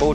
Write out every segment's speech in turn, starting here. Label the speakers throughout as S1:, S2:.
S1: 欧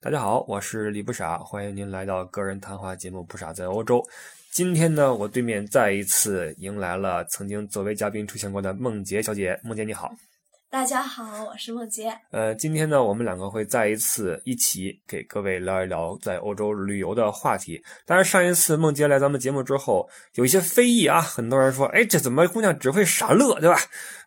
S1: 大家好，我是李不傻，欢迎您来到个人谈话节目《不傻在欧洲》。今天呢，我对面再一次迎来了曾经作为嘉宾出现过的梦洁小姐。梦洁你好，
S2: 大家好，我是梦洁。
S1: 呃，今天呢，我们两个会再一次一起给各位聊一聊在欧洲旅游的话题。当然，上一次梦洁来咱们节目之后，有一些非议啊，很多人说，哎，这怎么姑娘只会傻乐，对吧？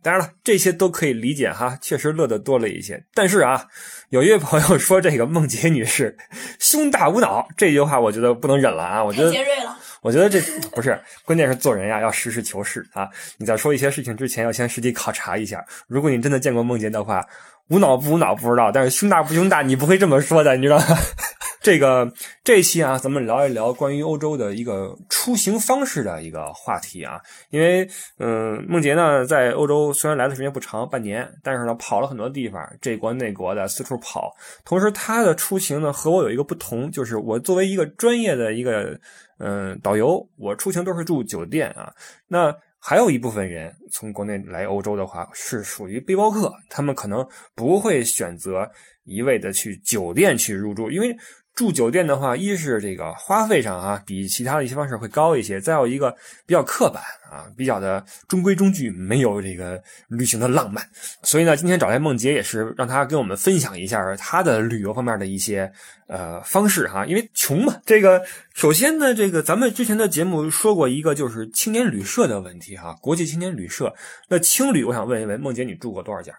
S1: 当然了，这些都可以理解哈，确实乐的多了一些。但是啊，有一位朋友说这个梦洁女士胸大无脑这句话，我觉得不能忍了啊，我觉得
S2: 杰瑞了。
S1: 我觉得这不是，关键是做人呀，要实事求是啊。你在说一些事情之前，要先实地考察一下。如果你真的见过梦洁的话，无脑不无脑不知道，但是胸大不胸大，你不会这么说的，你知道吗？ 这个这一期啊，咱们聊一聊关于欧洲的一个出行方式的一个话题啊。因为，嗯、呃，梦洁呢在欧洲虽然来的时间不长，半年，但是呢跑了很多地方，这国那国的四处跑。同时，他的出行呢和我有一个不同，就是我作为一个专业的一个嗯、呃、导游，我出行都是住酒店啊。那还有一部分人从国内来欧洲的话，是属于背包客，他们可能不会选择一味的去酒店去入住，因为住酒店的话，一是这个花费上啊比其他的一些方式会高一些，再有一个比较刻板啊，比较的中规中矩，没有这个旅行的浪漫。所以呢，今天找来梦洁也是让她跟我们分享一下她的旅游方面的一些呃方式哈、啊，因为穷嘛，这个。首先呢，这个咱们之前的节目说过一个就是青年旅社的问题哈、啊，国际青年旅社。那青旅，我想问一问，梦姐你住过多少家？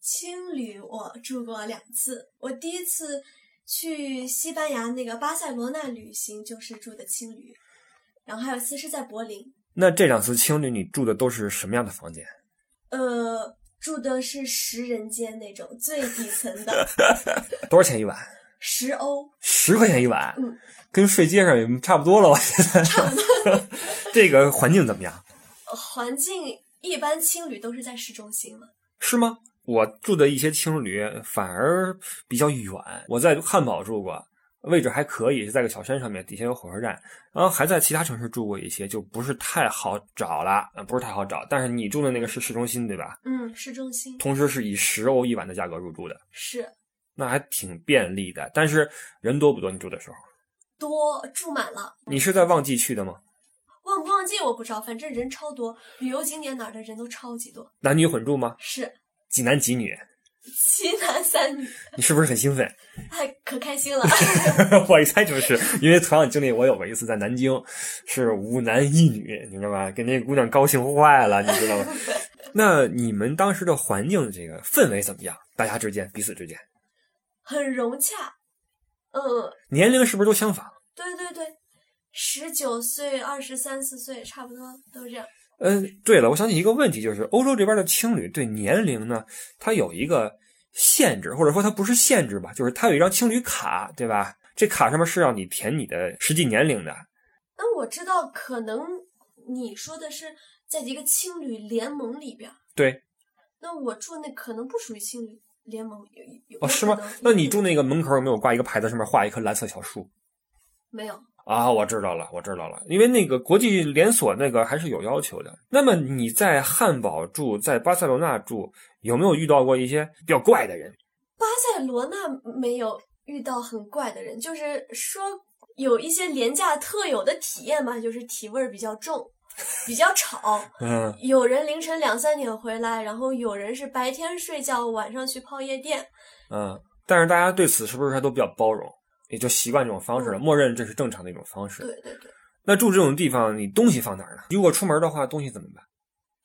S2: 青旅我住过两次，我第一次去西班牙那个巴塞罗那旅行就是住的青旅，然后还有一次是在柏林。
S1: 那这两次青旅你住的都是什么样的房间？
S2: 呃，住的是十人间那种最底层 的。
S1: 多少钱一晚？
S2: 十欧，
S1: 十块钱一晚，
S2: 嗯，
S1: 跟睡街上也差不多了，我觉得。
S2: 差不多。
S1: 这个环境怎么样？
S2: 环境一般，青旅都是在市中心嘛。
S1: 是吗？我住的一些青旅反而比较远，我在汉堡住过，位置还可以，是在个小山上面，底下有火车站。然后还在其他城市住过一些，就不是太好找了，不是太好找。但是你住的那个是市中心对吧？
S2: 嗯，市中心。
S1: 同时是以十欧一晚的价格入住的。
S2: 是。
S1: 那还挺便利的，但是人多不多？你住的时候
S2: 多，住满了。
S1: 你是在旺季去的吗？
S2: 旺不旺季我不知道，反正人超多，旅游景点哪儿的人都超级多。
S1: 男女混住吗？
S2: 是，
S1: 几男几女？
S2: 七男三女。
S1: 你是不是很兴奋？
S2: 哎，可开 心了！
S1: 我一猜就是，因为同样经历，我有过一次在南京，是五男一女，你知道吧？给那姑娘高兴坏了，你知道吗？ 那你们当时的环境，这个氛围怎么样？大家之间，彼此之间。
S2: 很融洽，嗯，
S1: 年龄是不是都相仿？
S2: 对对对，十九岁、二十三四岁，差不多都这样。
S1: 嗯，对了，我想起一个问题，就是欧洲这边的青旅对年龄呢，它有一个限制，或者说它不是限制吧，就是它有一张青旅卡，对吧？这卡上面是让你填你的实际年龄的。
S2: 那我知道，可能你说的是在一个青旅联盟里边。
S1: 对。
S2: 那我住那可能不属于青旅。联盟有有
S1: 哦，是吗？那你住那个门口有没有挂一个牌子，上面画一棵蓝色小树？
S2: 没有
S1: 啊，我知道了，我知道了，因为那个国际连锁那个还是有要求的。那么你在汉堡住，在巴塞罗那住，有没有遇到过一些比较怪的人？
S2: 巴塞罗那没有遇到很怪的人，就是说有一些廉价特有的体验吧，就是体味比较重。比较吵，
S1: 嗯，
S2: 有人凌晨两三点回来，然后有人是白天睡觉，晚上去泡夜店，
S1: 嗯，但是大家对此是不是还都比较包容，也就习惯这种方式了，
S2: 嗯
S1: 默认这是正常的一种方式。
S2: 对对对，
S1: 那住这种地方，你东西放哪儿呢？如果出门的话，东西怎么办？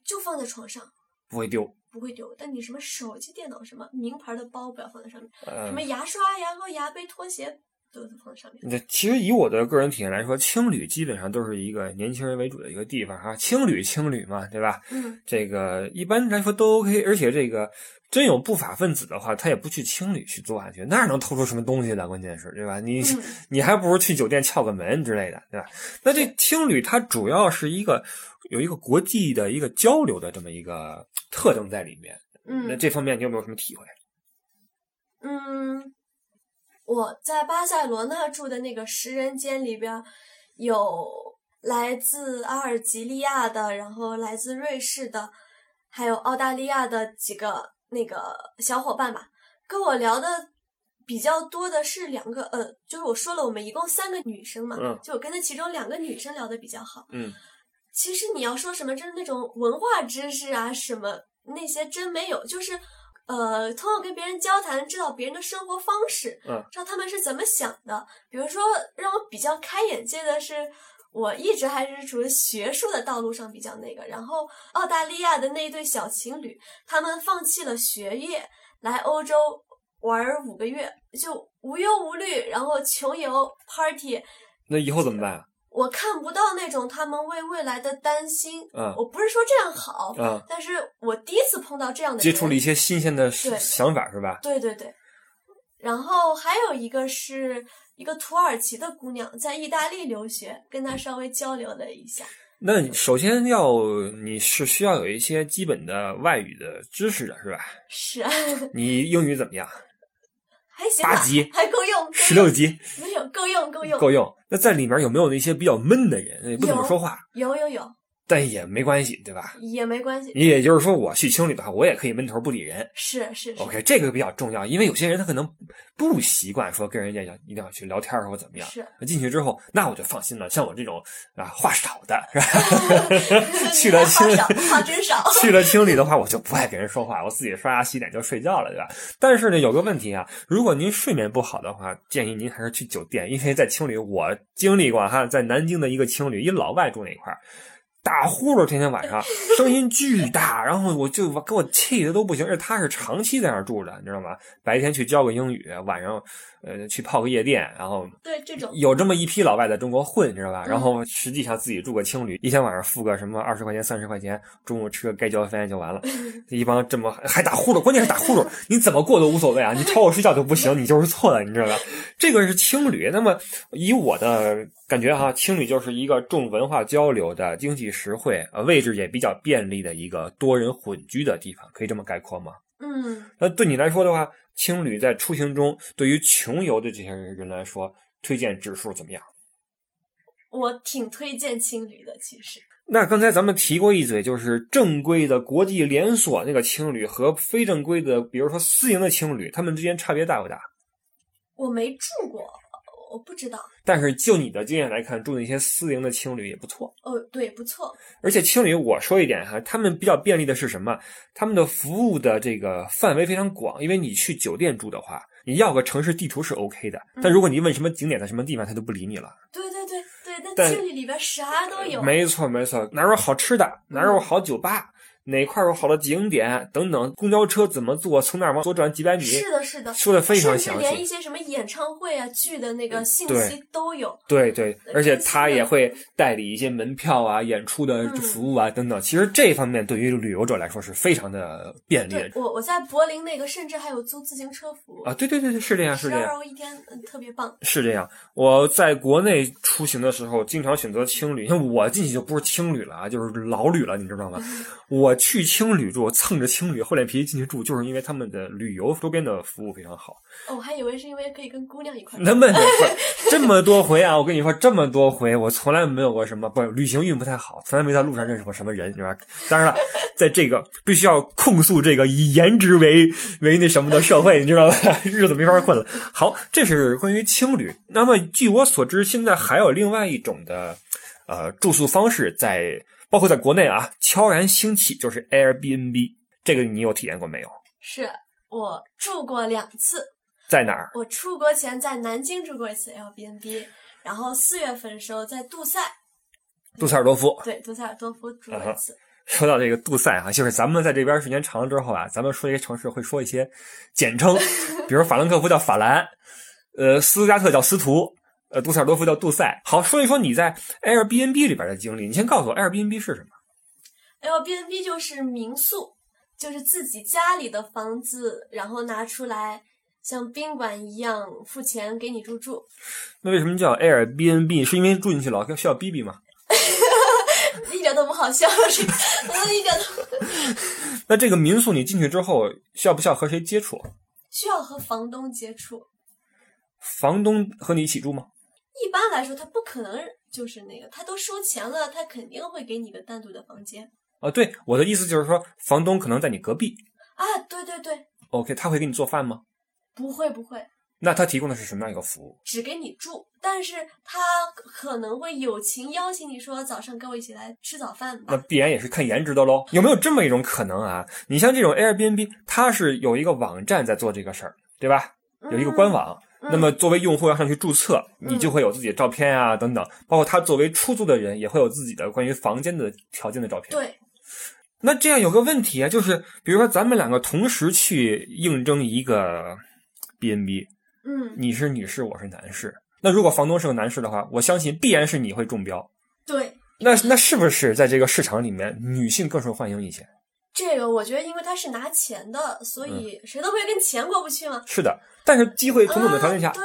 S2: 就放在床上，
S1: 不会丢，
S2: 不会丢。但你什么手机、电脑、什么名牌的包不要放在上面，
S1: 嗯
S2: 什么牙刷、牙膏、牙杯、拖鞋都能放上面。
S1: 那其实以我的个人体验来说，青旅基本上都是一个年轻人为主的一个地方啊，青旅青旅嘛，对吧？
S2: 嗯，
S1: 这个一般来说都 OK，而且这个真有不法分子的话，他也不去青旅去做下去，那能偷出什么东西来？关键是，对吧？你、
S2: 嗯
S1: 你还不如去酒店撬个门之类的，对吧？那这青旅它主要是一个有一个国际的一个交流的这么一个特征在里面。那
S2: 嗯
S1: 这方面你有没有什么体会？
S2: 嗯，我在巴塞罗那住的那个十人间里边儿，有来自阿尔及利亚的，然后来自瑞士的，还有澳大利亚的几个那个小伙伴吧，跟我聊的。比较多的是两个，呃，就是我说了，我们一共三个女生嘛，
S1: 嗯
S2: 就我跟那其中两个女生聊的比较好，
S1: 嗯
S2: 其实你要说什么，就是那种文化知识啊，什么那些真没有，就是呃，通过跟别人交谈，知道别人的生活方式，
S1: 嗯，
S2: 知道他们是怎么想的。比如说，让我比较开眼界的是。我一直还是处于学术的道路上比较那个，然后澳大利亚的那一对小情侣，他们放弃了学业，来欧洲玩儿五个月，就无忧无虑，然后穷游 party，
S1: 那以后怎么办啊？
S2: 我看不到那种他们为未来的担心。
S1: 嗯
S2: 我不是说这样好，
S1: 嗯，
S2: 但是我第一次碰到这样的
S1: 接触了一
S2: 人
S1: 些新鲜的
S2: 对
S1: 想法是吧？
S2: 对对对。然后还有一个是一个土耳其的姑娘在意大利留学，跟她稍微交流了一下。
S1: 那
S2: 嗯
S1: 你首先要你是需要有一些基本的外语的知识的是 吧？
S2: 是啊，
S1: 你英语怎么样？
S2: 还行吧，啊
S1: 八级，
S2: 还够用，够用
S1: 十六级
S2: 没有够用够用
S1: 够用。那在里面有没有那些比较闷的人，也不怎么说话，
S2: 有有有
S1: 但也没关系，对吧？
S2: 也没关系。
S1: 你也就是说，我去青旅的话，我也可以闷头不理人。
S2: 是是是
S1: OK，这个比较重要，因为有些人他可能不习惯说跟人家要一定要去聊天儿或者怎么样。
S2: 是，
S1: 进去之后，那我就放心了。像我这种啊话少的，是吧？去了青
S2: 话少话真少。
S1: 去了青旅的话，我就不爱给人说话，我自己刷牙洗脸就睡觉了，对吧？但是呢，有个问题啊，如果您睡眠不好的话，建议您还是去酒店，因为在青旅我经历过哈，在南京的一个青旅，一老外住那块儿。打呼噜，天天晚上声音巨大，然后我就给我气的都不行。而且他是长期在那儿住着，你知道吗？白天去教个英语，晚上呃去泡个夜店，然后
S2: 对这种
S1: 有这么一批老外在中国混，你知道吧？
S2: 嗯
S1: 然后实际上自己住个青旅，一天晚上付个什么二十块钱、三十块钱，中午吃个盖浇饭就完了。一帮这么还打呼噜，关键是打呼噜，你怎么过都无所谓啊！你吵我睡觉就不行，你就是错的，你知道吧？这个是青旅。那么以我的感觉哈，青旅就是一个重文化交流的、经济实惠、呃位置也比较便利的一个多人混居的地方，可以这么概括吗？
S2: 嗯
S1: 那对你来说的话，青旅在出行中，对于穷游的这些人来说，推荐指数怎么样？
S2: 我挺推荐青旅的，其实
S1: 那刚才咱们提过一嘴，就是正规的国际连锁那个青旅和非正规的，比如说私营的青旅，他们之间差别大不大？
S2: 我没住过，我不知道。
S1: 但是就你的经验来看，住那些私营的青旅也不错。
S2: 哦，对，不错，
S1: 而且青旅，我说一点哈，他们比较便利的是什么？他们的服务的这个范围非常广，因为你去酒店住的话，你要个城市地图是 OK 的，但如果你问什么景点在什么地方，他就不理你了。
S2: 对对对对，那
S1: 但
S2: 青旅里边啥都有，
S1: 没错没错，哪儿有好吃的，哪儿有好酒吧，哪块儿有好的景点等等，公交车怎么坐，从哪儿往左转几百米，
S2: 是的，是的，
S1: 说的非常
S2: 甚
S1: 详
S2: 至连一
S1: 细。嗯
S2: 些什么演唱会啊、剧的那个信
S1: 对
S2: 息都有。
S1: 对对，而且
S2: 真是
S1: 他也会代理一些门票啊、演出的
S2: 嗯
S1: 服务啊等等。其实这方面对于旅游者来说是非常的便利
S2: 对
S1: 的
S2: 我，我在柏林那个，甚至还有租自行车服务
S1: 啊。，对对对对，是这样是
S2: 十
S1: 这样
S2: 二。欧一天，嗯，特别棒。
S1: 是这样，我在国内出行的时候，经常选择青旅。像我进去就不是青旅了啊，就是老旅了，你知道吗？ 我去青旅住，蹭着青旅厚脸皮进去住，就是因为他们的旅游周边的服务非常好。
S2: 哦，我还以为是因为可以跟姑娘一块 儿。
S1: 那么多回，这么多回啊！我跟你说，这么多回，我从来没有过什么不旅行运不太好，从来没在路上认识过什么人，是吧？当然了，在这个必须要控诉这个以颜值为为那什么的社会，你知道吧？ 日子没法过了。好，这是关于青旅。那么据我所知，现在还有另外一种的呃住宿方式在，包括在国内啊悄然兴起，就是 Airbnb。这个你有体验过没有？
S2: 是我住过两次，
S1: 在哪儿？
S2: 我出国前在南京住过一次 Airbnb，然后四月份时候在杜塞，
S1: 杜塞尔多夫。
S2: 对，杜塞尔多夫住过
S1: 啊
S2: 一次。
S1: 说到这个杜塞啊，就是咱们在这边时间长了之后啊，咱们说一些城市会说一些简称，比如法兰克福叫法兰，呃，斯加特叫斯图，呃，杜塞尔多夫叫杜塞。好，说一说你在 Airbnb 里边的经历。你先告诉我 Airbnb 是什么？
S2: Airbnb 就是民宿，就是自己家里的房子，然后拿出来像宾馆一样付钱给你入住。
S1: 那为什么叫 Airbnb？是因为住进去老需要逼逼吗？
S2: 一点都不好笑，是，我一点都
S1: 那这个民宿你进去之后，需要不需要和谁接触？
S2: 需要和房东接触。
S1: 房东和你一起住吗？
S2: 一般来说，他不可能就是那个，他都收钱了，他肯定会给你个单独的房间
S1: 啊，对，我的意思就是说，房东可能在你隔壁。
S2: 啊。对对对，
S1: OK，他会给你做饭吗？
S2: 不会不会，
S1: 那他提供的是什么样一个服务？
S2: 只给你住，但是他可能会友情邀请你说早上跟我一起来吃早饭
S1: 那
S2: 吧。
S1: 必然也是看颜值的喽。有没有这么一种可能啊？你像这种 Airbnb，它是有一个网站在做这个事儿，对吧？有一个官网。
S2: 嗯
S1: 那么，作为用户要上去注册，你就会有自己的照片啊，等等，包括他作为出租的人也会有自己的关于房间的条件的照片。
S2: 嗯，对，
S1: 那这样有个问题啊，就是比如说咱们两个同时去应征一个 B N B，
S2: 嗯，
S1: 你是女士，我是男士。那如果房东是个男士的话，我相信必然是你会中标。
S2: 对，
S1: 那那是不是在这个市场里面，女性更受欢迎一些？
S2: 这个我觉得因为他是拿钱的，
S1: 嗯
S2: 所以谁都不会跟钱过不去嘛。
S1: 是的，但是机会同等的条件下，
S2: 啊对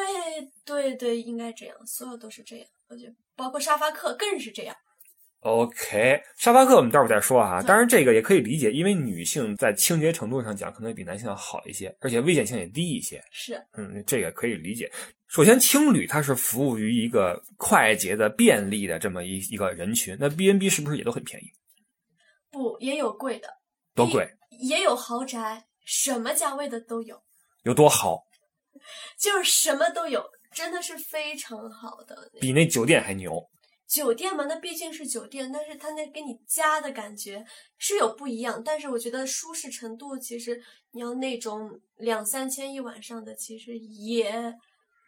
S2: 对对，应该这样，所有都是这样，我觉得包括沙发客更是这样。
S1: OK，沙发客我们待会儿再说啊。
S2: 对
S1: 当然，这个也可以理解，因为女性在清洁程度上讲，可能比男性要好一些，而且危险性也低一些。
S2: 是，
S1: 嗯，这个可以理解。首先，青旅它是服务于一个快捷的、便利的这么一一个人群。那 B&B 是不是也都很便宜？
S2: 不也有贵的，
S1: 多贵？
S2: 也有豪宅，什么价位的都有，
S1: 有多好？
S2: 就是什么都有，真的是非常好的
S1: 比那酒店还牛。
S2: 酒店嘛。那毕竟是酒店，但是它那给你家的感觉是有不一样，但是我觉得舒适程度其实你要那种两三千一晚上的，其实也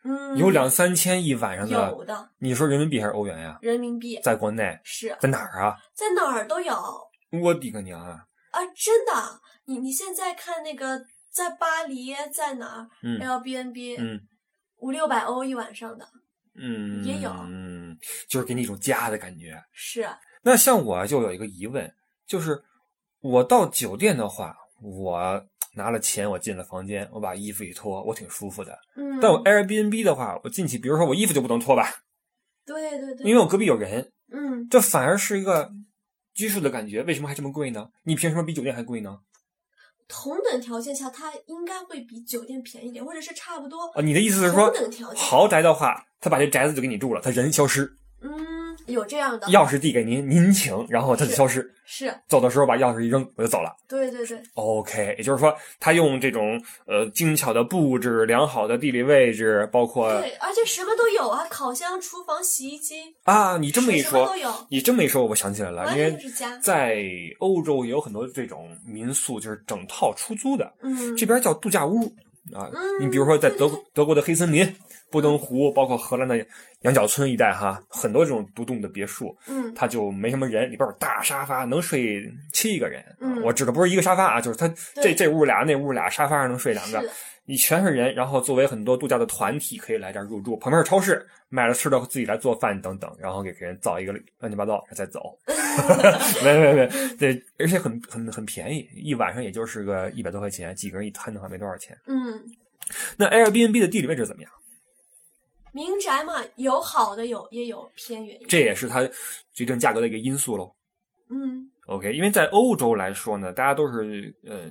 S2: 嗯
S1: 有两三千一晚上的，
S2: 有的
S1: 你说人民币还是欧元呀、
S2: 人民币
S1: 在国内，
S2: 是
S1: 在哪儿啊？
S2: 在哪儿都有。
S1: 我的个娘啊！
S2: 啊，真的啊，你你现在看那个在巴黎在哪儿、
S1: 嗯
S2: Airbnb，、
S1: 嗯
S2: 五六百欧一晚上的，
S1: 嗯，
S2: 也有
S1: 嗯，就是给你一种家的感觉。
S2: 是啊
S1: 那像我就有一个疑问，就是我到酒店的话，我拿了钱，我进了房间，我把衣服一脱，我挺舒服的。
S2: 嗯，
S1: 但我 Airbnb 的话，我进去，比如说我衣服就不能脱吧，
S2: 对对对，
S1: 因为我隔壁有人，
S2: 嗯，
S1: 这反而是一个拘束的感觉。为什么还这么贵呢？你凭什么比酒店还贵呢？
S2: 同等条件下，它应该会比酒店便宜点，或者是差不多。
S1: 啊，你的意思是说
S2: 同等条，件
S1: 豪宅的话，他把这宅子就给你住了，他人消失，
S2: 嗯，有这样的，
S1: 钥匙递给您，您请，然后他就是消失，
S2: 是，
S1: 走的时候把钥匙一扔，我就走了。
S2: 对对对，
S1: OK，也就是说，他用这种呃精巧的布置、良好的地理位置，包括
S2: 对，而且什么都有啊，烤箱、厨房、洗衣机，
S1: 啊，你这么一
S2: 什么
S1: 说
S2: 都，有，
S1: 你这么一说，我想起来了，
S2: 完
S1: 因
S2: 全啊
S1: 为
S2: 就是家。
S1: 在欧洲也有很多这种民宿，就是整套出租的，
S2: 嗯，
S1: 这边叫度假屋啊。
S2: 嗯
S1: 你比如说在德
S2: 对对
S1: 德国的黑森林、波登湖，包括荷兰的羊角村一带哈，很多这种独栋的别墅，
S2: 嗯，
S1: 它就没什么人，里边有大沙发，能睡七个人。
S2: 嗯
S1: 我指的不是一个沙发啊，就是它这
S2: 对
S1: 这屋俩，那屋俩，沙发上能睡两
S2: 是
S1: 个。
S2: 的，
S1: 你全是人，然后作为很多度假的团体可以来这儿入住，旁边是超市，买了吃的自己来做饭等等，然后给给人造一个乱七八糟再走。没没没，对，而且很很很便宜，一晚上也就是个一百多块钱，几个人一摊的话没多少钱。
S2: 嗯，
S1: 那 Airbnb 的地理位置怎么样？
S2: 民宅嘛，有好的有，也有偏远一点。
S1: 这也是它决定价格的一个因素喽。
S2: 嗯
S1: OK，因为在欧洲来说呢，大家都是呃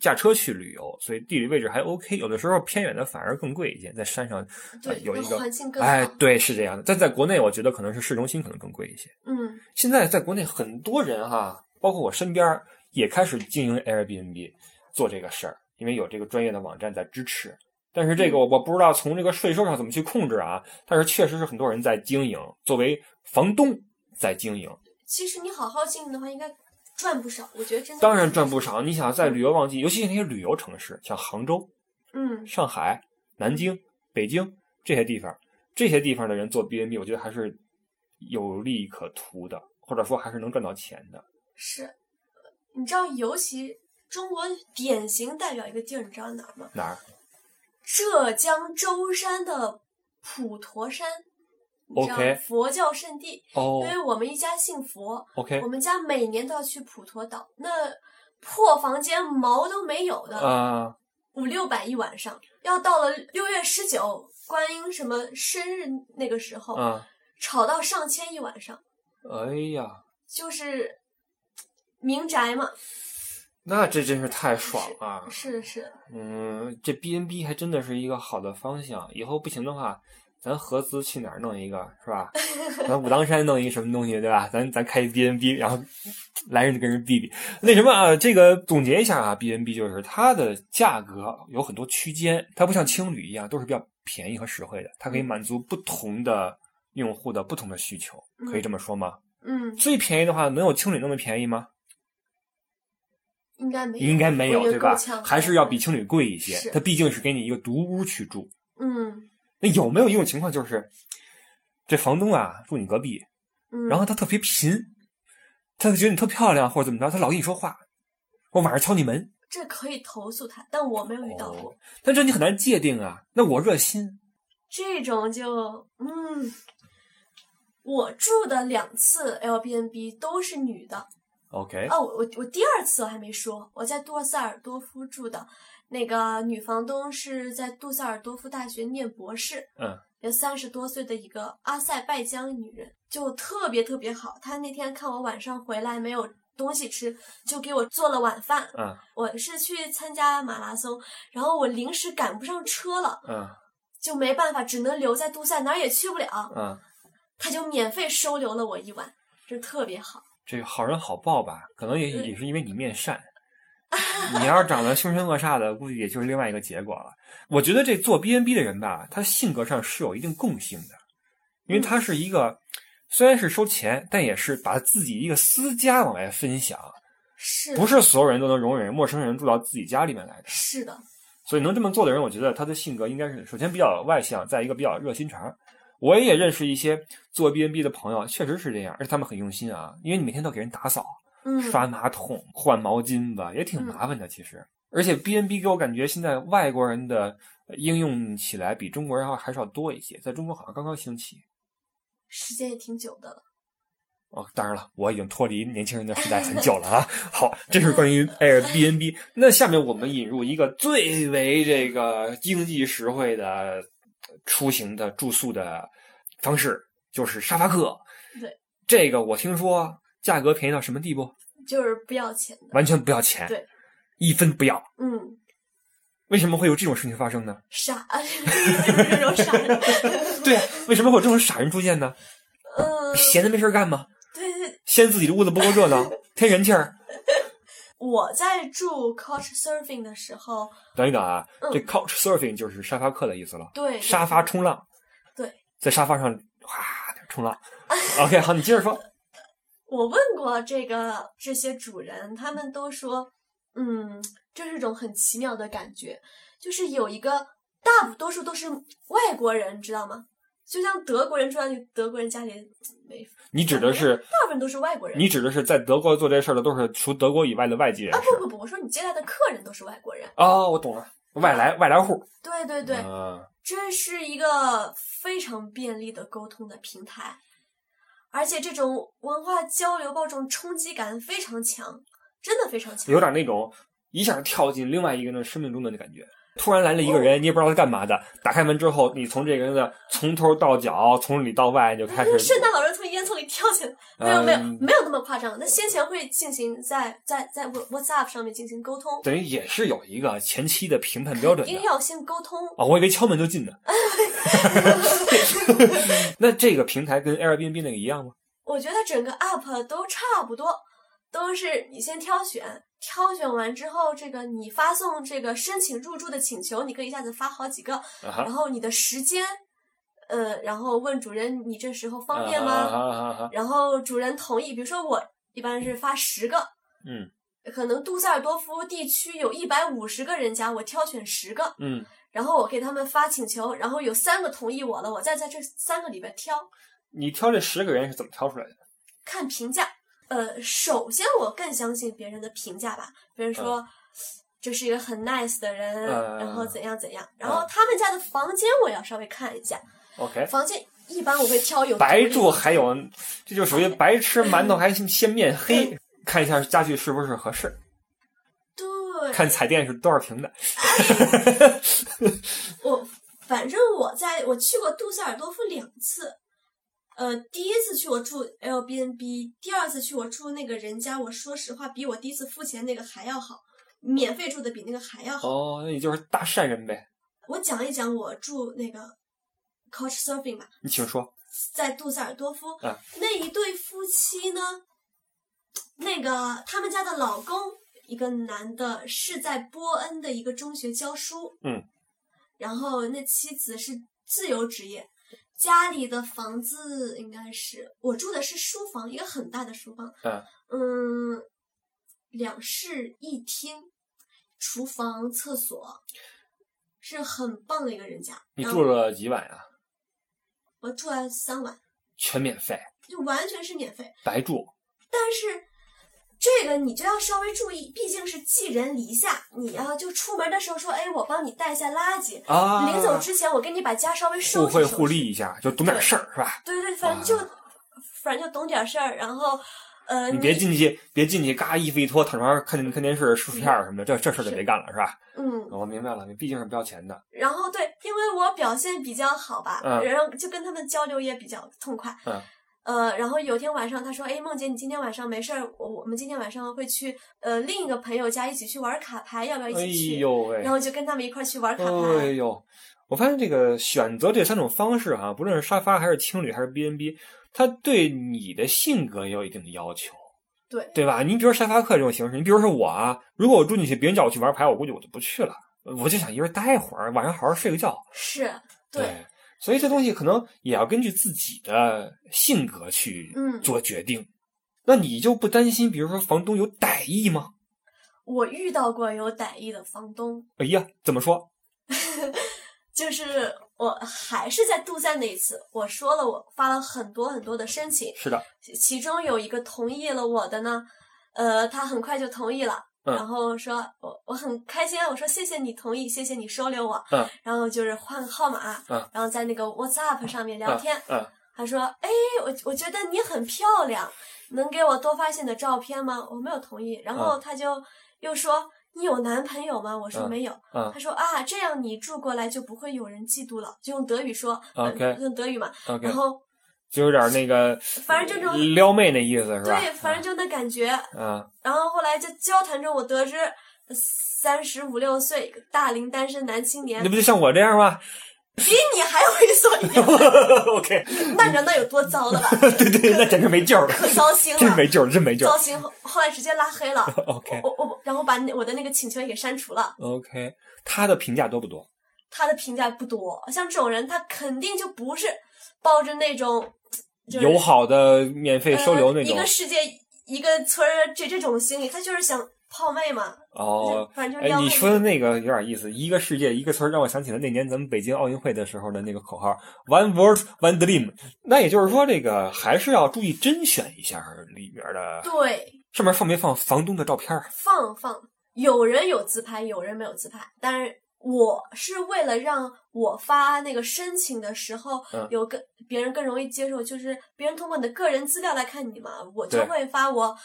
S1: 驾车去旅游，所以地理位置还 OK。有的时候偏远的反而更贵一些，在山上，呃
S2: 对，
S1: 哎有一
S2: 那
S1: 个
S2: 环境更好。
S1: 哎，对，是这样的。但在国内，我觉得可能是市中心可能更贵一些。
S2: 嗯
S1: 现在在国内很多人哈、包括我身边儿也开始经营 Airbnb 做这个事儿，因为有这个专业的网站在支持。但是这
S2: 嗯
S1: 个我我不知道从这个税收上怎么去控制啊，但是确实是很多人在经营，作为房东在经营，，
S2: 其实你好好经营的话，应该赚不少。我觉得真的
S1: 当然赚不。少。你想在旅游旺季，尤其是那些旅游城市，像杭州、
S2: 嗯，
S1: 上海、南京、北京这些地方，这些地方的人做 B&B，我觉得还是有利可图的，或者说还是能赚到钱的。
S2: 是。呃你知道，尤其中国典型代表一个地儿，你知道哪儿吗？
S1: 哪儿？
S2: 浙江舟山的普陀山，你知道
S1: OK
S2: 佛教圣地，因
S1: 哦
S2: 为我们一家信佛，
S1: ，OK，
S2: 我们家每年都要去普陀岛，那破房间毛都没有的，
S1: 啊，
S2: 五六百一晚上。要到了六月十九观音什么生日那个时候，
S1: 啊，
S2: 炒到上千一晚上，
S1: 哎呀，
S2: 就是民宅嘛。
S1: 那这真是太爽了。啊
S2: 是的，是的，
S1: 嗯，这 B N B 还真的是一个好的方向。以后不行的话，咱合资去哪儿弄一个，是吧？咱武当山弄一个什么东西，对吧？咱咱开一 B N B，然后来人就跟人比比。那什么啊，这个总结一下啊，B N B 就是它的价格有很多区间，它不像青旅一样都是比较便宜和实惠的，它
S2: 嗯
S1: 可以满足不同的用户的不同的需求，可以这么说吗？
S2: 嗯，
S1: 最便宜的话，能有青旅那么便宜吗？
S2: 应该哎没有，
S1: 应该没有，
S2: 我觉
S1: 对
S2: 得
S1: 吧
S2: 够呛？嗯
S1: 还是要比青旅贵一些
S2: 是，
S1: 它毕竟是给你一个独屋去住。
S2: 嗯
S1: 那有没有一种情况就是，这房东啊住你隔壁，
S2: 嗯，
S1: 然后他特别贫，他就觉得你特漂亮或者怎么着，他老跟你说话，我晚上敲你门，
S2: 这可以投诉他，但我没有遇到过、
S1: 哦但这你很难界定啊。那我热心，
S2: 这种就嗯。我住的两次 Airbnb 都是女的，
S1: OK，
S2: 哦，我我我第二次我还没说，我在杜塞尔多夫住的，那个女房东是在杜塞尔多夫大学念博士，
S1: 嗯，
S2: 有三十多岁的一个阿塞拜疆女人，就特别特别好。她那天看我晚上回来没有东西吃，就给我做了晚饭。
S1: 嗯
S2: 我是去参加马拉松，然后我临时赶不上车了，
S1: 嗯
S2: 就没办法，只能留在杜塞，哪儿也去不了，
S1: 嗯，
S2: 她就免费收留了我一晚，就特别好。
S1: 这好人好报吧？可能也
S2: 嗯
S1: 也是因为你面善。你要是长得凶神恶煞的，估计也就是另外一个结果了。我觉得这做 B N B 的人吧，他性格上是有一定共性的，因为他是一个虽然是收钱，但也是把自己一个私家往外分享，
S2: 是
S1: 不是所有人都能容忍陌生人住到自己家里面来的。
S2: 是的，
S1: 所以能这么做的人，我觉得他的性格应该是首先比较外向，再一个比较热心肠。我也认识一些做 B N B 的朋友，确实是这样，而且他们很用心啊，因为你每天都给人打扫。
S2: 嗯，
S1: 刷马桶、换毛巾吧，也挺麻烦的。其实，而且 B N B 给我感觉现在外国人的应用起来比中国人要还是要多一些，在中国好像刚刚兴起。
S2: 时间也挺久的了。
S1: 哦，当然了，我已经脱离年轻人的时代很久了啊。 好，这是关于呃 Airbnb。那下面我们引入一个最为这个经济实惠的出行的住宿的方式，就是沙发客。
S2: 对，
S1: 这个我听说价格便宜到什么地步？
S2: 就是不要钱的。
S1: 完全不要钱，
S2: 对，
S1: 一分不要。
S2: 嗯，
S1: 为什么会有这种事情发生呢？
S2: 傻， 这种傻人。
S1: 对啊，为什么会有这种傻人出现呢？
S2: 嗯，
S1: 闲的没事儿干吗？
S2: 对对，
S1: 嫌自己的屋子不够热闹，添人气儿。
S2: 我在住 Couch Surfing 的时候，
S1: 等一等啊，
S2: 嗯
S1: 这 couch surfing 就是沙发客的意思了，
S2: 对
S1: 沙发，冲浪。
S2: 对，
S1: 在沙发上哇冲 浪。OK，好，你接着说。
S2: 我问过这个这些主人，他们都说，嗯，这是一种很奇妙的感觉，就是有一个大多数都是外国人，知道吗？就像德国人住在德国人家里，没
S1: 你指的是
S2: 大部分都是外国人。
S1: 你指的是在德国做这事儿的都是除德国以外的外籍人
S2: 啊
S1: 士
S2: 不不不，我说你接待的客人都是外国人。
S1: 哦，我懂了，外来外来户。
S2: 对对对，
S1: 嗯
S2: 这是一个非常便利的沟通的平台，而且这种文化交流、这种冲击感非常强，真的非常强。
S1: 有点那种一下跳进另外一个人的生命中的那感觉。突然来了一个人，你也不知道他干嘛的。打开门之后，你从这个人的从头到脚，从里到外就开始
S2: 那圣诞老人从烟囱里跳起来，没有没有
S1: 嗯
S2: 没有那么夸张。那先前会进行在在在 WhatsApp 上面进行沟通，
S1: 等于也是有一个前期的评判标准
S2: 一定
S1: 的
S2: 要先沟通。
S1: 啊、我以为敲门就 进的。那这个平台跟 Airbnb 那个一样吗？
S2: 我觉得整个 app 都差不多，都是你先挑选，挑选完之后，这个你发送这个申请入住的请求，你可以一下子发好几个，
S1: 啊
S2: 然
S1: 哈，
S2: 后你的时间，呃，然后问主人你这时候方便
S1: 啊
S2: 吗？
S1: 哈啊哈啊哈
S2: 然后主人同意，比如说我一般是发十个，
S1: 嗯
S2: 可能杜塞尔多夫地区有一百五十个人家，我挑选十个，
S1: 嗯，
S2: 然后我给他们发请求，然后有三个同意我了，我再在这三个里边挑，
S1: 你挑这十个人是怎么挑出来的？
S2: 看评价。呃，首先我更相信别人的评价吧，别人说。这是一个很 nice 的人，
S1: 嗯
S2: 然后怎样怎样。然后他们家的房间我要稍微看一下，
S1: OK，
S2: 房间一般我会挑有
S1: 白
S2: 独立
S1: 住还有，这就属于白吃馒头还先面 黑。看一下家具是不是合适，
S2: 对，
S1: 看彩电是多少 平的。
S2: 我反正我在我去过杜塞尔多夫两次，呃，第一次去我住 Airbnb，第二次去我住那个人家，我说实话比我第一次付钱那个还要好，免费住的比那个还要好。
S1: 哦，那你就是大善人呗。
S2: 我讲一讲我住那个 Couch Surfing 吧，
S1: 你请说。
S2: 在杜塞尔多夫、
S1: 嗯
S2: 那一对夫妻呢，那个他们家的老公一个男的是在波恩的一个中学教书，
S1: 嗯，
S2: 然后那妻子是自由职业，家里的房子应该是我住的是书房，一个很大的书房，
S1: 嗯
S2: 嗯两室一厅，厨房、厕所，是很棒的一个人家。
S1: 你
S2: 然
S1: 住
S2: 后
S1: 了几晚啊？
S2: 我住了三晚，
S1: 全免费，
S2: 就完全是免费。
S1: 白住。
S2: 但是这个你就要稍微注意，毕竟是寄人篱下，你要、就出门的时候说，哎，我帮你带一下垃圾。
S1: 啊，
S2: 临走之前，我给你把家稍微
S1: 互
S2: 收拾收
S1: 惠
S2: 拾。
S1: 互利一下，就懂点事儿是吧？
S2: 对对，反正就、反正就懂点事儿，然后呃，
S1: 你别进去，别进去，嘎衣服一脱，躺床上看看电视、吃薯片儿什么的，这这事儿就是别干了是吧？
S2: 嗯，
S1: 我明白了，毕竟是不要钱的。
S2: 然后对，因为我表现比较好吧，
S1: 嗯
S2: 然后就跟他们交流也比较痛快。
S1: 嗯
S2: 呃，然后有天晚上他说：“哎，梦姐，你今天晚上没事儿，我我们今天晚上会去呃另一个朋友家一起去玩卡牌，要不要一
S1: 哎
S2: 起去？”
S1: 呦喂
S2: 然！后就跟他们一块儿去 玩卡牌。
S1: 哎呦，我发现这个选择这三种方式啊，不论是沙发还是青旅还是 B&B，它对你的性格也有一定的要求，
S2: 对，
S1: 对吧？你比如说沙发客这种形式，你比如说我啊，如果我住进去，别人叫我去玩牌，我估计我就不去了，我就想一个人待会儿，晚上好好睡个觉。
S2: 是，
S1: 对，
S2: 对，
S1: 所以这东西可能也要根据自己的性格去
S2: 嗯
S1: 做决定。那你就不担心，比如说房东有歹意吗？
S2: 我遇到过有歹意的房东，
S1: 哎呀，怎么说？
S2: 就是我还是在杜塞那一次，我说了，我发了很多很多的申请，
S1: 是的，
S2: 其中有一个同意了我的呢，呃，他很快就同意了。
S1: 嗯
S2: 然后说，我我很开心，啊我说谢谢你同意，谢谢你收留我。
S1: 嗯
S2: 然后就是换号码，
S1: 嗯
S2: 然后在那个 WhatsApp 上面聊天，
S1: 嗯，嗯
S2: 他说：“哎，我我觉得你很漂亮，能给我多发些你的照片吗？”我没有同意。然后他就又说：“你有男朋友吗？”我说：“
S1: 嗯
S2: 没有。
S1: 嗯
S2: 他说：“啊，这样你住过来就不会有人嫉妒了。”就用德语说
S1: OK
S2: 嗯用德语嘛。
S1: OK，
S2: 然后
S1: 就有点那个，
S2: 反正这种
S1: 撩妹那意思是吧？
S2: 对，反正就那感觉。
S1: 啊，
S2: 然后后来就交谈中，我得知三十五六岁大龄单身男青年
S1: 那，不就像我这样吗
S2: 比你还猥琐一点，
S1: ？OK，
S2: 那你知道那有多糟了吧？
S1: 对对，那简直没救了，
S2: 可糟心
S1: 真
S2: 了，
S1: 没救了，真没救
S2: 糟
S1: 了。
S2: 心后后来直接拉 黑了。
S1: OK
S2: 我我然后把那我的那个请求也给删除了。
S1: OK，他的评价多不多？
S2: 他的评价不多，像这种人，他肯定就不是抱着那种就是
S1: 友好的免费
S2: 呃
S1: 收留那
S2: 一
S1: 种
S2: 个世界一个村儿这这种心理，他就是想泡妹嘛。
S1: 哦。
S2: 反正就是
S1: 哎
S2: 撩，妹
S1: 你说的那个有点意思，一个世界一个村儿，让我想起了那年咱们北京奥运会的时候的那个口号 “One World One Dream”。那也就是说，这个还是要注意甄选一下里面的，
S2: 对，
S1: 上面放没放房东的照片儿？
S2: 放放，有人有自拍，有人没有自拍，但是。我是为了让我发那个申请的时候
S1: 嗯
S2: 有更别人更容易接受，就是别人通过你的个人资料来看你嘛，我就
S1: 对
S2: 会发我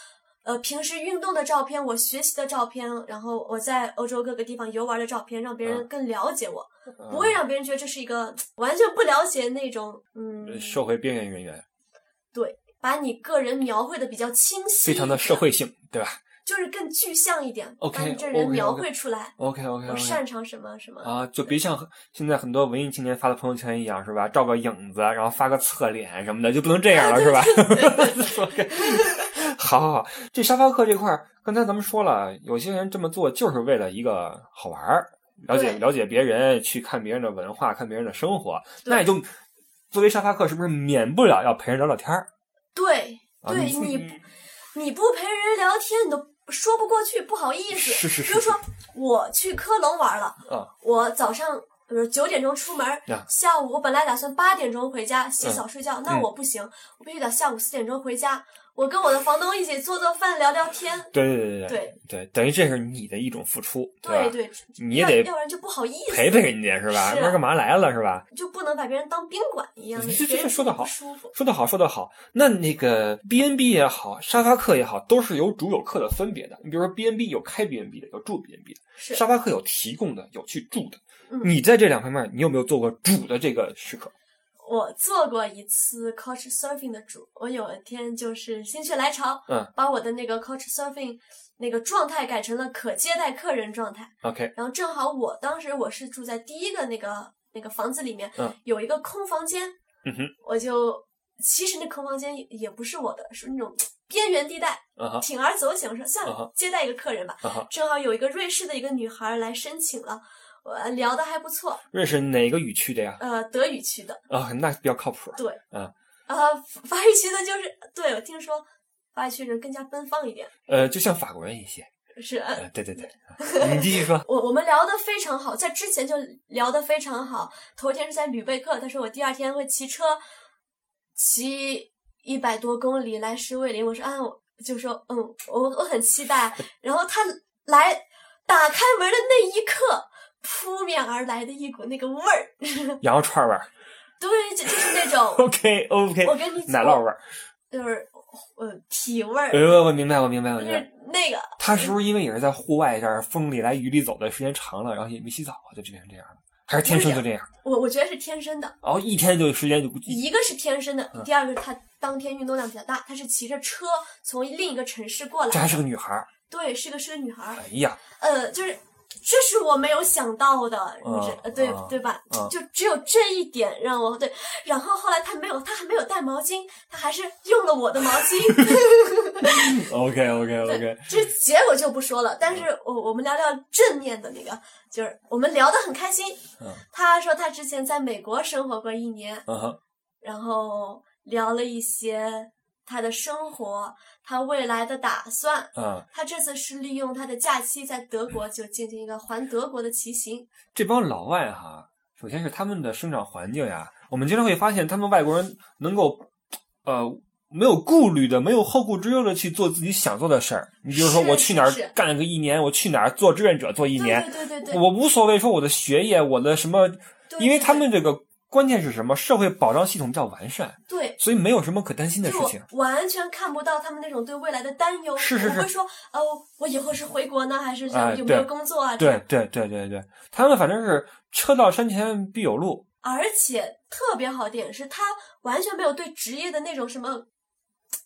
S2: 呃平时运动的照片，我学习的照片，然后我在欧洲各个地方游玩的照片，让别人
S1: 嗯
S2: 更了解我。不会让别人觉得这是一个完全不了解那种，嗯
S1: 嗯，社会边缘人员，
S2: 把你个人描绘的比较清晰，
S1: 非常的社，会性，对吧？
S2: 就是更具象一点
S1: OK，
S2: 把你这人
S1: OK，OK
S2: 描绘出来，
S1: OK OK
S2: 我
S1: OK
S2: 擅长什么什么，
S1: 嗯啊，就别像现在很多文艺青年发的朋友圈一样，是吧？照个影子，然后发个侧脸什么的，就不能这样了，是吧？OK，好好好，这沙发客这块儿，刚才咱们说了，有些人这么做就是为了一个好玩儿，了解
S2: 对
S1: 了解别人，去看别人的文化，看别人的生活，
S2: 对
S1: 那也就作为沙发客，是不是免不了要陪人聊聊天儿？
S2: 对
S1: 啊
S2: 对，
S1: 你
S2: 你不你不陪人聊天，你都说不过去，不好意思。
S1: 是是是
S2: 比如说我去科隆玩了，
S1: 啊
S2: 我早上比如九点钟出门
S1: 啊，
S2: 下午我本来打算八点钟回家洗澡睡觉，那
S1: 嗯
S2: 我不行，我必须得下午四点钟回家。我跟我的房东一起做做饭、聊聊天，
S1: 对对对对
S2: 对
S1: 对，等于这是你的一种付出，
S2: 对
S1: 吧？
S2: 对，
S1: 你也
S2: 要
S1: 得
S2: 要不然就不好意思
S1: 陪陪人家是吧？
S2: 是啊
S1: 不然干嘛来了是吧？
S2: 就不能把别人当宾馆一样，
S1: 这这
S2: 别人
S1: 说得好
S2: 不舒服。
S1: 说得好，说得好。那那个 B N B 也好，沙发客也好，都是有主有客的分别的。你比如说 B N B 有开 B N B 的，有住 B N B 的；
S2: 是
S1: 沙发客有提供的，有去住的。
S2: 嗯
S1: 你在这两方面，你有没有做过主的这个时刻？
S2: 我做过一次 Couch Surfing 的主，我有一天就是心血来潮，
S1: 嗯，
S2: 把我的那个 Couch Surfing 那个状态改成了可接待客人状态。
S1: OK，
S2: 然后正好我当时我是住在第一个那个那个房子里面，
S1: 嗯
S2: 有一个空房间，
S1: 嗯哼，
S2: 我就其实那空房间也也不是我的，是那种边缘地带，
S1: 啊哈，
S2: 铤而走险，我说算
S1: 啊哈
S2: 了，接待一个客人吧。
S1: 啊哈。
S2: 正好有一个瑞士的一个女孩来申请了，我聊的还不错，
S1: 瑞士哪个语区的呀？
S2: 呃，德语区的，
S1: 啊、那比较靠谱。
S2: 呃，法语区的就是对我听说法语区人更加奔放一点，
S1: 呃，就像法国人一些。
S2: 是呃
S1: 呃，对对 对，啊你继续说。
S2: 我我们聊得非常好，在之前就聊得非常好。头一天是在吕贝克，他说我第二天会骑车骑一百多公里来石桂林。我说啊，我就说嗯，我我很期待。然后他来打开门的那一刻，扑面而来的一股那个味儿，
S1: 羊肉串味儿
S2: 对，就就是那种
S1: ，OK OK，
S2: 我跟你讲
S1: 奶酪味儿。
S2: 就是呃体味儿，
S1: 呃，我明白，我明白，我
S2: 就
S1: 明白。
S2: 是那个
S1: 他是不是因为也是在户外这儿风里来雨里走的时间长了，然后也没洗澡啊，就变成这样了？还是天生就这样？
S2: 我我觉得是天生的，
S1: 然后一天就时间就
S2: 一个是天生的
S1: 嗯，
S2: 第二个是他当天运动量比较大，他是骑着车从另一个城市过来
S1: 这还是
S2: 的。
S1: 个女孩儿，
S2: 对，是个是个女孩儿，
S1: 哎 呀，
S2: 呃，就是这是我没有想到的，
S1: 嗯
S2: 你知呃对
S1: 嗯
S2: 对吧
S1: 嗯？
S2: 就只有这一点让我对。然后后来他没有，他还没有带毛巾，他还是用了我的毛巾。
S1: ，OK OK OK，
S2: 这结果就不说了，但是我我们聊聊正面的那个，就是我们聊得很开心
S1: 嗯。
S2: 他说他之前在美国生活过一年，
S1: 嗯哼，
S2: 然后聊了一些他的生活，他未来的打算。
S1: 嗯，
S2: 他这次是利用他的假期在德国就进行一个环德国的骑行，
S1: 这帮老外哈，首先是他们的生长环境呀，我们经常会发现他们外国人能够，呃，没有顾虑的、没有后顾之忧的去做自己想做的事儿。你比如说，
S2: 是
S1: 我去哪儿
S2: 是是
S1: 干个一年，我去哪儿做志愿者做一
S2: 对
S1: 年，
S2: 对对对对，
S1: 我无所谓说我的学业，我的什么
S2: 对
S1: 因为他们这个关键是什么？社会保障系统比较完善，
S2: 对。
S1: 所以没有什么可担心的
S2: 就啊
S1: 事
S2: 我
S1: 情。
S2: 完全看不到他们那种对未来的担忧，
S1: 是是
S2: 我
S1: 是
S2: 会说，哦，我以后是回国呢，还是这
S1: 哎
S2: 样有没有
S1: 对
S2: 工作啊？这
S1: 对
S2: 样，
S1: 对对对对，他们反正是车到山前必有路，
S2: 而且特别好点是，他完全没有对职业的那种什么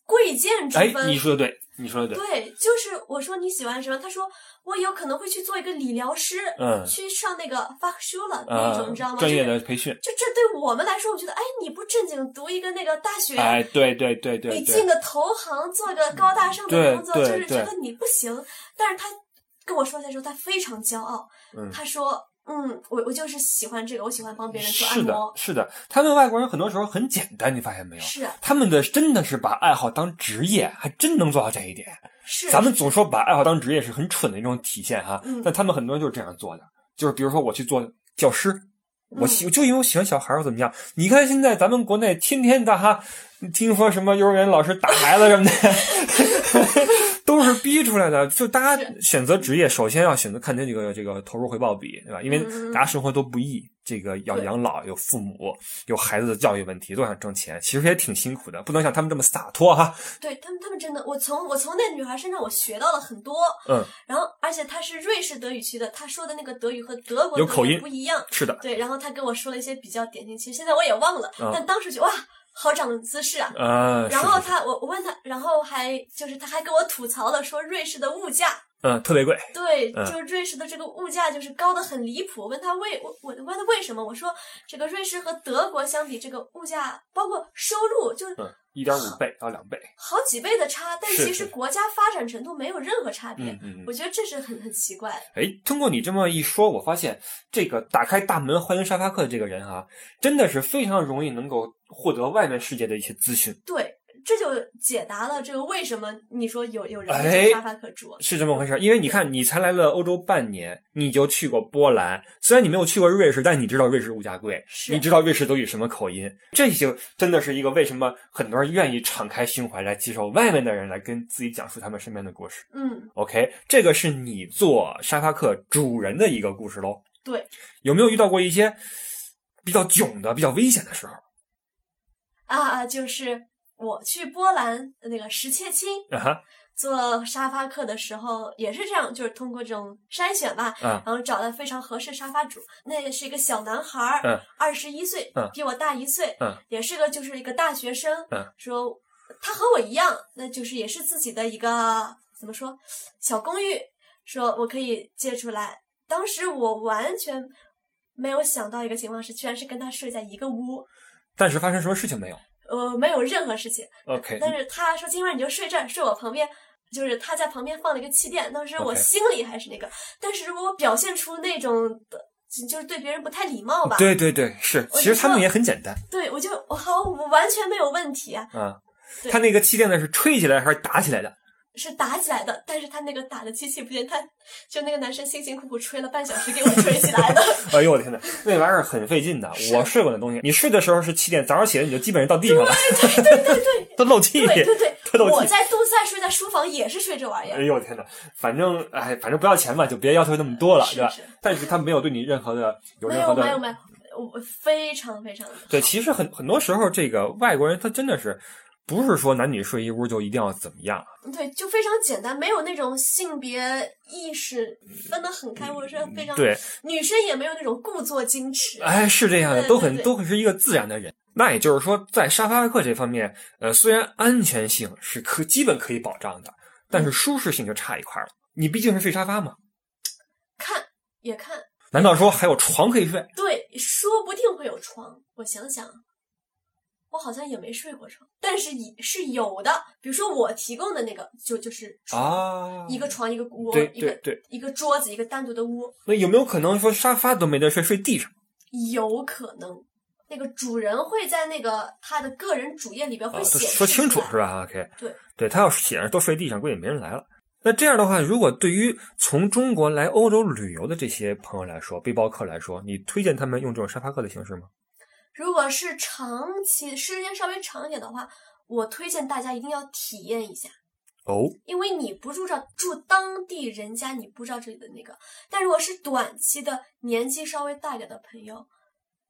S2: 贵贱之
S1: 哎
S2: 分，，
S1: 你说的对，你说的对，
S2: 对，就是我说你喜欢什么，他说我有可能会去做一个理疗师，
S1: 嗯
S2: 去上那个 fuck s h u l 那一
S1: 啊
S2: 种，你知道吗？
S1: 专业
S2: 这个
S1: 的培训，
S2: 就这对我们来说，我觉得，哎，你不正经读一个那个大学，
S1: 哎，对对对对
S2: 你进
S1: 对，
S2: 个投行，做个高大上
S1: 对
S2: 的工作，就
S1: 对
S2: 是觉
S1: 对
S2: 得你不行。但是他跟我说的时候，他非常骄傲，
S1: 嗯
S2: 他说，嗯，我我就是喜欢这个，我喜欢帮别人做按
S1: 是的
S2: 摩，，
S1: 是的，他们外国人很多时候很简单，你发现没有？
S2: 是
S1: 他们的真的是把爱好当职业，还真能做到这一点。
S2: 是，
S1: 咱们总说把爱好当职业是很蠢的一种体现哈、
S2: 嗯
S1: 但他们很多人就是这样做的，就是比如说我去做教师，
S2: 嗯
S1: 我喜、就因为我喜欢小孩儿，我怎么样？你看现在咱们国内天天的哈，听说什么幼儿园老师打孩子什么的， 都是逼出来的。就大家
S2: 是
S1: 选择职业，首先要选择看这个这个投入回报比，对吧？因为
S2: 嗯嗯嗯
S1: 大家生活都不易，这个要
S2: 对
S1: 养老，有父母，有孩子的教育问题，都想挣钱，其实也挺辛苦的，不能像他们这么洒脱哈。
S2: 对他们，他们真的，我从我从那女孩身上我学到了很多。
S1: 嗯，
S2: 然后而且她是瑞士德语区的，她说的那个德语和德国
S1: 有
S2: 德语
S1: 口音
S2: 不一样。
S1: 是的，
S2: 对，然后她跟我说了一些比较典型，其实现在我也忘了，
S1: 嗯
S2: 但当时就哇，好长姿势啊！
S1: 呃，
S2: 然
S1: 是
S2: 后
S1: 是是
S2: 她，我我问她，然后还就是她还跟我吐槽了，说瑞士的物价，
S1: 嗯，特别贵。
S2: 对，
S1: 嗯
S2: 就是瑞士的这个物价就是高的很离谱。问他为我我问他为什么，我说这个瑞士和德国相比，这个物价包括收入就是
S1: 嗯，一点五倍到两倍。
S2: 好几倍的差，但
S1: 是是
S2: 其实国家发展程度没有任何差别。
S1: 嗯嗯。
S2: 我觉得这是很很奇怪的。
S1: 哎，通过你这么一说，我发现这个打开大门欢迎沙发客的这个人啊，真的是非常容易能够获得外面世界的一些资讯。
S2: 对，这就解答了这个为什么你说有有人
S1: 哎
S2: 没沙发可住。
S1: 是这么回事儿，因为你看，你才来了欧洲半年，你就去过波兰，虽然你没有去过瑞士，但你知道瑞士物价贵，
S2: 是
S1: 你知道瑞士都以什么口音，这就真的是一个为什么很多人愿意敞开胸怀来接受外面的人来跟自己讲述他们身边的故事。
S2: 嗯，
S1: OK，这个是你做沙发客主人的一个故事喽。
S2: 对，
S1: 有没有遇到过一些比较囧的、比较危险的时候？
S2: 啊啊，就是我去波兰那个石切青
S1: 啊哈，
S2: 做沙发客的时候也是这样，就是通过这种筛选吧，
S1: 嗯
S2: 然后找到非常合适沙发主。那个是一个小男孩
S1: 嗯
S2: 儿，二十一岁，
S1: 嗯
S2: 比我大一岁，
S1: 嗯
S2: 也是个就是一个大学生，
S1: 嗯
S2: 说他和我一样，那就是也是自己的一个怎么说小公寓，说我可以借出来。当时我完全没有想到一个情况是，居然是跟他睡在一个屋，
S1: 但是发生什么事情没有
S2: 呃，没有任何事情。
S1: ？OK，
S2: 但是他说今晚你就睡这儿，睡我旁边，就是他在旁边放了一个气垫。当时我
S1: OK
S2: 心里还是那个但是如果我表现出那种的，就就是对别人不太礼貌吧，
S1: 对对对，是，
S2: 我
S1: 其实
S2: 就
S1: 他们
S2: 说
S1: 也很简单
S2: 对我就我好，我完全没有问题啊，
S1: 啊。
S2: 对
S1: 他那个气垫呢是吹起来还是打起来的？
S2: 是打起来的，但是他那个打的机器不见，他就那个男生辛辛苦苦吹了半小时给我吹起来的，
S1: 哎呦我的天呐，那玩意儿很费劲的。
S2: 是
S1: 我睡过那东西，你睡的时候是气垫，早上起来你就基本上到地上了， 都漏气。
S2: 对对对，
S1: 他都
S2: 我在杜塞睡在书房也是睡这玩意
S1: 哎
S2: 儿，
S1: 呦我天呐，反正哎，反正不要钱嘛，就别要求那么多了，
S2: 是
S1: 对吧
S2: 是？
S1: 但是他没有对你任何的有
S2: 没
S1: 任
S2: 有
S1: 何
S2: 没有
S1: 的
S2: 没有，我非常非常的
S1: 对，其实很很多时候，这个外国人他真的是不是说男女睡一屋就一定要怎么样，
S2: 对，就非常简单，没有那种性别意识分得很开，或者是非常
S1: 对，
S2: 女生也没有那种故作矜持。
S1: 哎，是这样的，
S2: 对
S1: 都很
S2: 对对
S1: 都很是一个自然的人。那也就是说，在沙发客这方面，呃，虽然安全性是可基本可以保障的，但
S2: 嗯
S1: 是舒适性就差一块了。你毕竟是睡沙发嘛，
S2: 看也看，
S1: 难道说还有床可以睡？
S2: 对，说不定会有床。我想想，我好像也没睡过床，但是也是有的。比如说我提供的那个，就就是床，
S1: 啊，
S2: 一个床，一个窝，
S1: 对
S2: 一
S1: 对
S2: 个
S1: 对，
S2: 一个桌子，一个单独的屋，
S1: 那有没有可能说沙发都没得睡，睡地上？
S2: 有可能。那个主人会在那个他的个人主页里边
S1: 啊，
S2: 会
S1: 都
S2: 显示、
S1: 说清楚是吧？OK，啊
S2: 对，
S1: 对他要是写着都睡地上，估计没人来了。那这样的话，如果对于从中国来欧洲旅游的这些朋友来说，背包客来说，你推荐他们用这种沙发客的形式吗？
S2: 如果是长期时间稍微长一点的话，我推荐大家一定要体验一下，
S1: 哦，
S2: 因为你不住这住当地人家，你不知道这里的那个。但如果是短期的，年纪稍微大一点的朋友，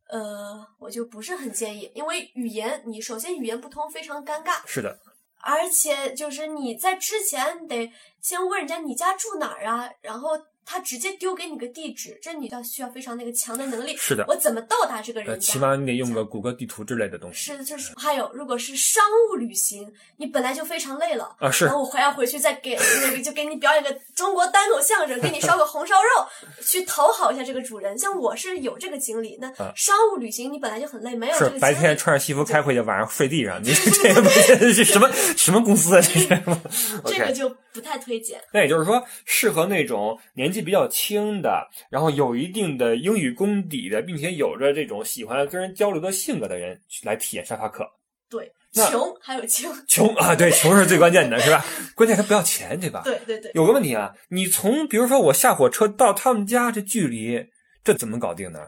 S2: 呃，我就不是很建议，因为语言你首先语言不通非常尴尬，
S1: 是的，
S2: 而且就是你在之前你得先问人家你家住哪儿啊，然后他直接丢给你个地址，这你要需要非常那个强的能力。
S1: 是的，
S2: 我怎么到达这个
S1: 呃，
S2: 人家？
S1: 起码你得用个谷歌地图之类的东西
S2: 是，就是还有，如果是商务旅行，你本来就非常累了，
S1: 啊。是
S2: 然，后我还要回去再给那个就给你表演个中国单口相声，给你烧个红烧肉，去讨好一下这个主人。像我是有这个经历，那
S1: 啊
S2: 商务旅行你本来就很累，没有这
S1: 是
S2: 个
S1: 白
S2: 精
S1: 天
S2: 力。
S1: 穿着西服开会去，晚上睡地上， 你这个不是是什么什么公司啊？这是
S2: 这个
S1: OK，
S2: 就不太推荐。
S1: 那也就是说，适合那种年纪比较轻的，然后有一定的英语功底的，并且有着这种喜欢跟人交流的性格的人去来体验沙发课。
S2: 对，
S1: 那
S2: 穷还有穷，
S1: 穷啊，对，穷是最关键的，是吧？关键还不要钱，对吧？
S2: 对对对，
S1: 有个问题啊，你从比如说我下火车到他们家这距离，这怎么搞定呢？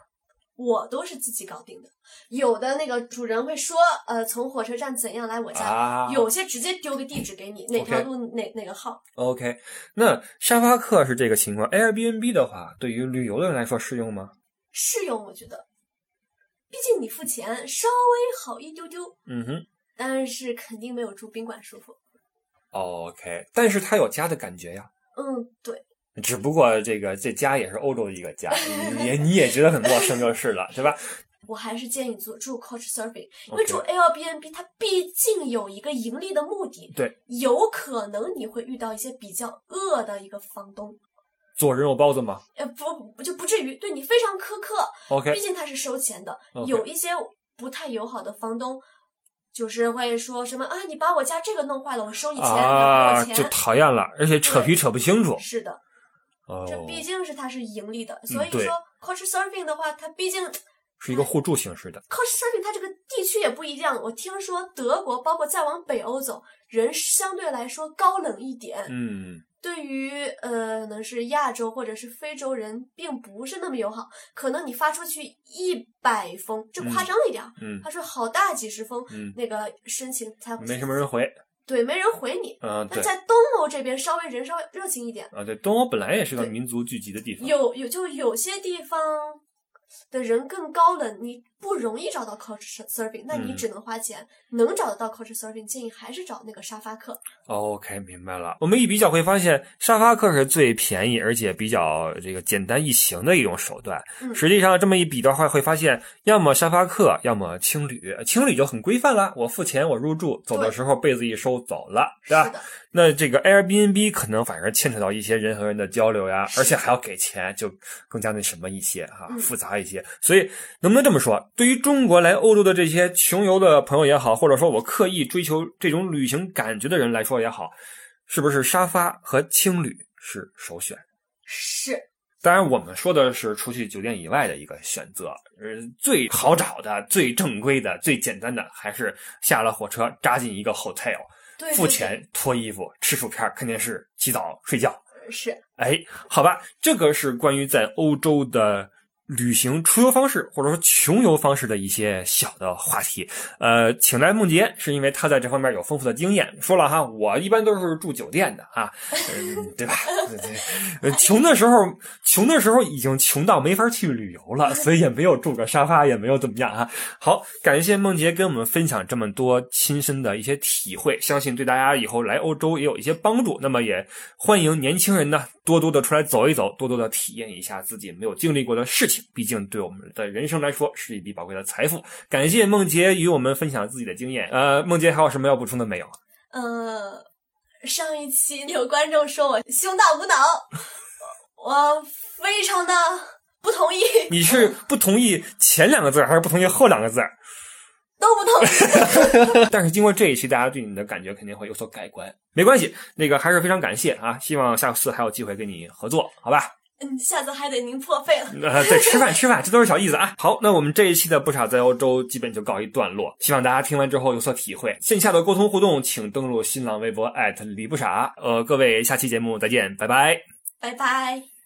S2: 我都是自己搞定的。有的那个主人会说，呃，从火车站怎样来我家，
S1: 啊，
S2: 有些直接丢个地址给你，哪条
S1: OK
S2: 路哪哪个号。
S1: OK，那沙发客是这个情况，Airbnb 的话，对于旅游的人来说适用吗？
S2: 适用，我觉得，毕竟你付钱稍微好一丢丢，
S1: 嗯哼
S2: 但是肯定没有住宾馆舒服。
S1: ，OK，但是它有家的感觉呀。
S2: 嗯，对，
S1: 只不过这个这家也是欧洲的一个家，你也你也觉得很陌生就是了，对吧？
S2: 我还是建议住住 Couch Surfing，因为
S1: OK
S2: 住 Airbnb 它毕竟有一个盈利的目的，
S1: 对，
S2: 有可能你会遇到一些比较恶的一个房东，
S1: 做人肉包子嘛。
S2: 呃，不不就不至于对你非常苛刻，
S1: OK，
S2: 毕竟他是收钱的
S1: OK
S2: 有一些不太友好的房东。就是会说什么啊，你把我家这个弄坏了，我收你钱，
S1: 啊，
S2: 你给我
S1: 就
S2: 钱。
S1: 讨厌了，而且扯皮扯不清楚。
S2: 是的，
S1: 哦，嗯
S2: 这毕竟是它是盈利的，所以
S1: 对
S2: 说 Couch Surfing 的话，它毕竟
S1: 是一个互助形式的。
S2: 可是 surfing 它这个地区也不一样，我听说德国，包括再往北欧走，人相对来说高冷一点。
S1: 嗯，
S2: 对于呃，可能是亚洲或者是非洲人，并不是那么友好。可能你发出去一百封，这夸张了一点儿，
S1: 嗯
S2: 他说好大几十封，
S1: 嗯
S2: 那个申请才
S1: 没什么人回。
S2: 对，没人回你。
S1: 嗯、
S2: 那
S1: 对
S2: 在东欧这边，稍微人稍微热情一点，
S1: 啊，对，东欧本来也是个
S2: 对
S1: 民族聚集的地方。
S2: 有有就有些地方的人更高冷，你不容易找到 couch surfing，那你
S1: 嗯
S2: 只能花钱。能找得到 couch surfing，建议还是找那个沙发客。
S1: OK，明白了。我们一比较会发现，沙发客是最便宜而且比较这个简单易行的一种手段。
S2: 嗯
S1: 实际上，这么一比的话，会发现，要么沙发客，要么青旅。呃青旅就很规范了，我付钱，我入住，走的
S2: 对
S1: 时候被子一收走了，
S2: 是
S1: 吧？
S2: 的，
S1: 那这个 Airbnb 可能反而牵扯到一些人和人的交流呀，
S2: 是
S1: 而且还要给钱，就更加那什么一些哈、
S2: 嗯
S1: 复杂一些。所以能不能这么说，对于中国来欧洲的这些穷游的朋友也好，或者说我刻意追求这种旅行感觉的人来说也好，是不是沙发和青旅是首选？
S2: 是
S1: 当然，我们说的是出去酒店以外的一个选择，呃，最好找的、最正规的、最简单的，还是下了火车扎进一个 hotel，
S2: 对
S1: 付
S2: 对
S1: 钱、脱衣服、吃薯片、看电视、洗澡、睡觉。
S2: 对是
S1: 哎，好吧，这个是关于在欧洲的旅行出游方式，或者说穷游方式的一些小的话题。呃，请来梦洁是因为她在这方面有丰富的经验。说了哈，我一般都是住酒店的啊，嗯，对吧？ 对对呃穷的时候，穷的时候已经穷到没法去旅游了，所以也没有住个沙发，也没有怎么样啊。好，感谢梦洁跟我们分享这么多亲身的一些体会，相信对大家以后来欧洲也有一些帮助。那么也欢迎年轻人呢多多的出来走一走，多多的体验一下自己没有经历过的事情，毕竟对我们的人生来说是一笔宝贵的财富。感谢梦洁与我们分享自己的经验。呃，梦洁还有什么要补充的没有？啊
S2: 呃，上一期有观众说我胸大无脑，我非常的不同意，
S1: 你是不同意前两个字儿还是不同意后两个字儿？
S2: 都不同意。
S1: 但是经过这一期，大家对你的感觉肯定会有所改观。没关系，那个还是非常感谢啊！希望下次还有机会跟你合作，好吧？
S2: 嗯，下次还得您破费了。
S1: 呃，对，吃饭吃饭，这都是小意思啊。好，那我们这一期的不傻在欧洲基本就告一段落，希望大家听完之后有所体会。线下的沟通互动，请登录新浪微博李不傻。呃，各位，下期节目再见，拜拜。
S2: 拜拜。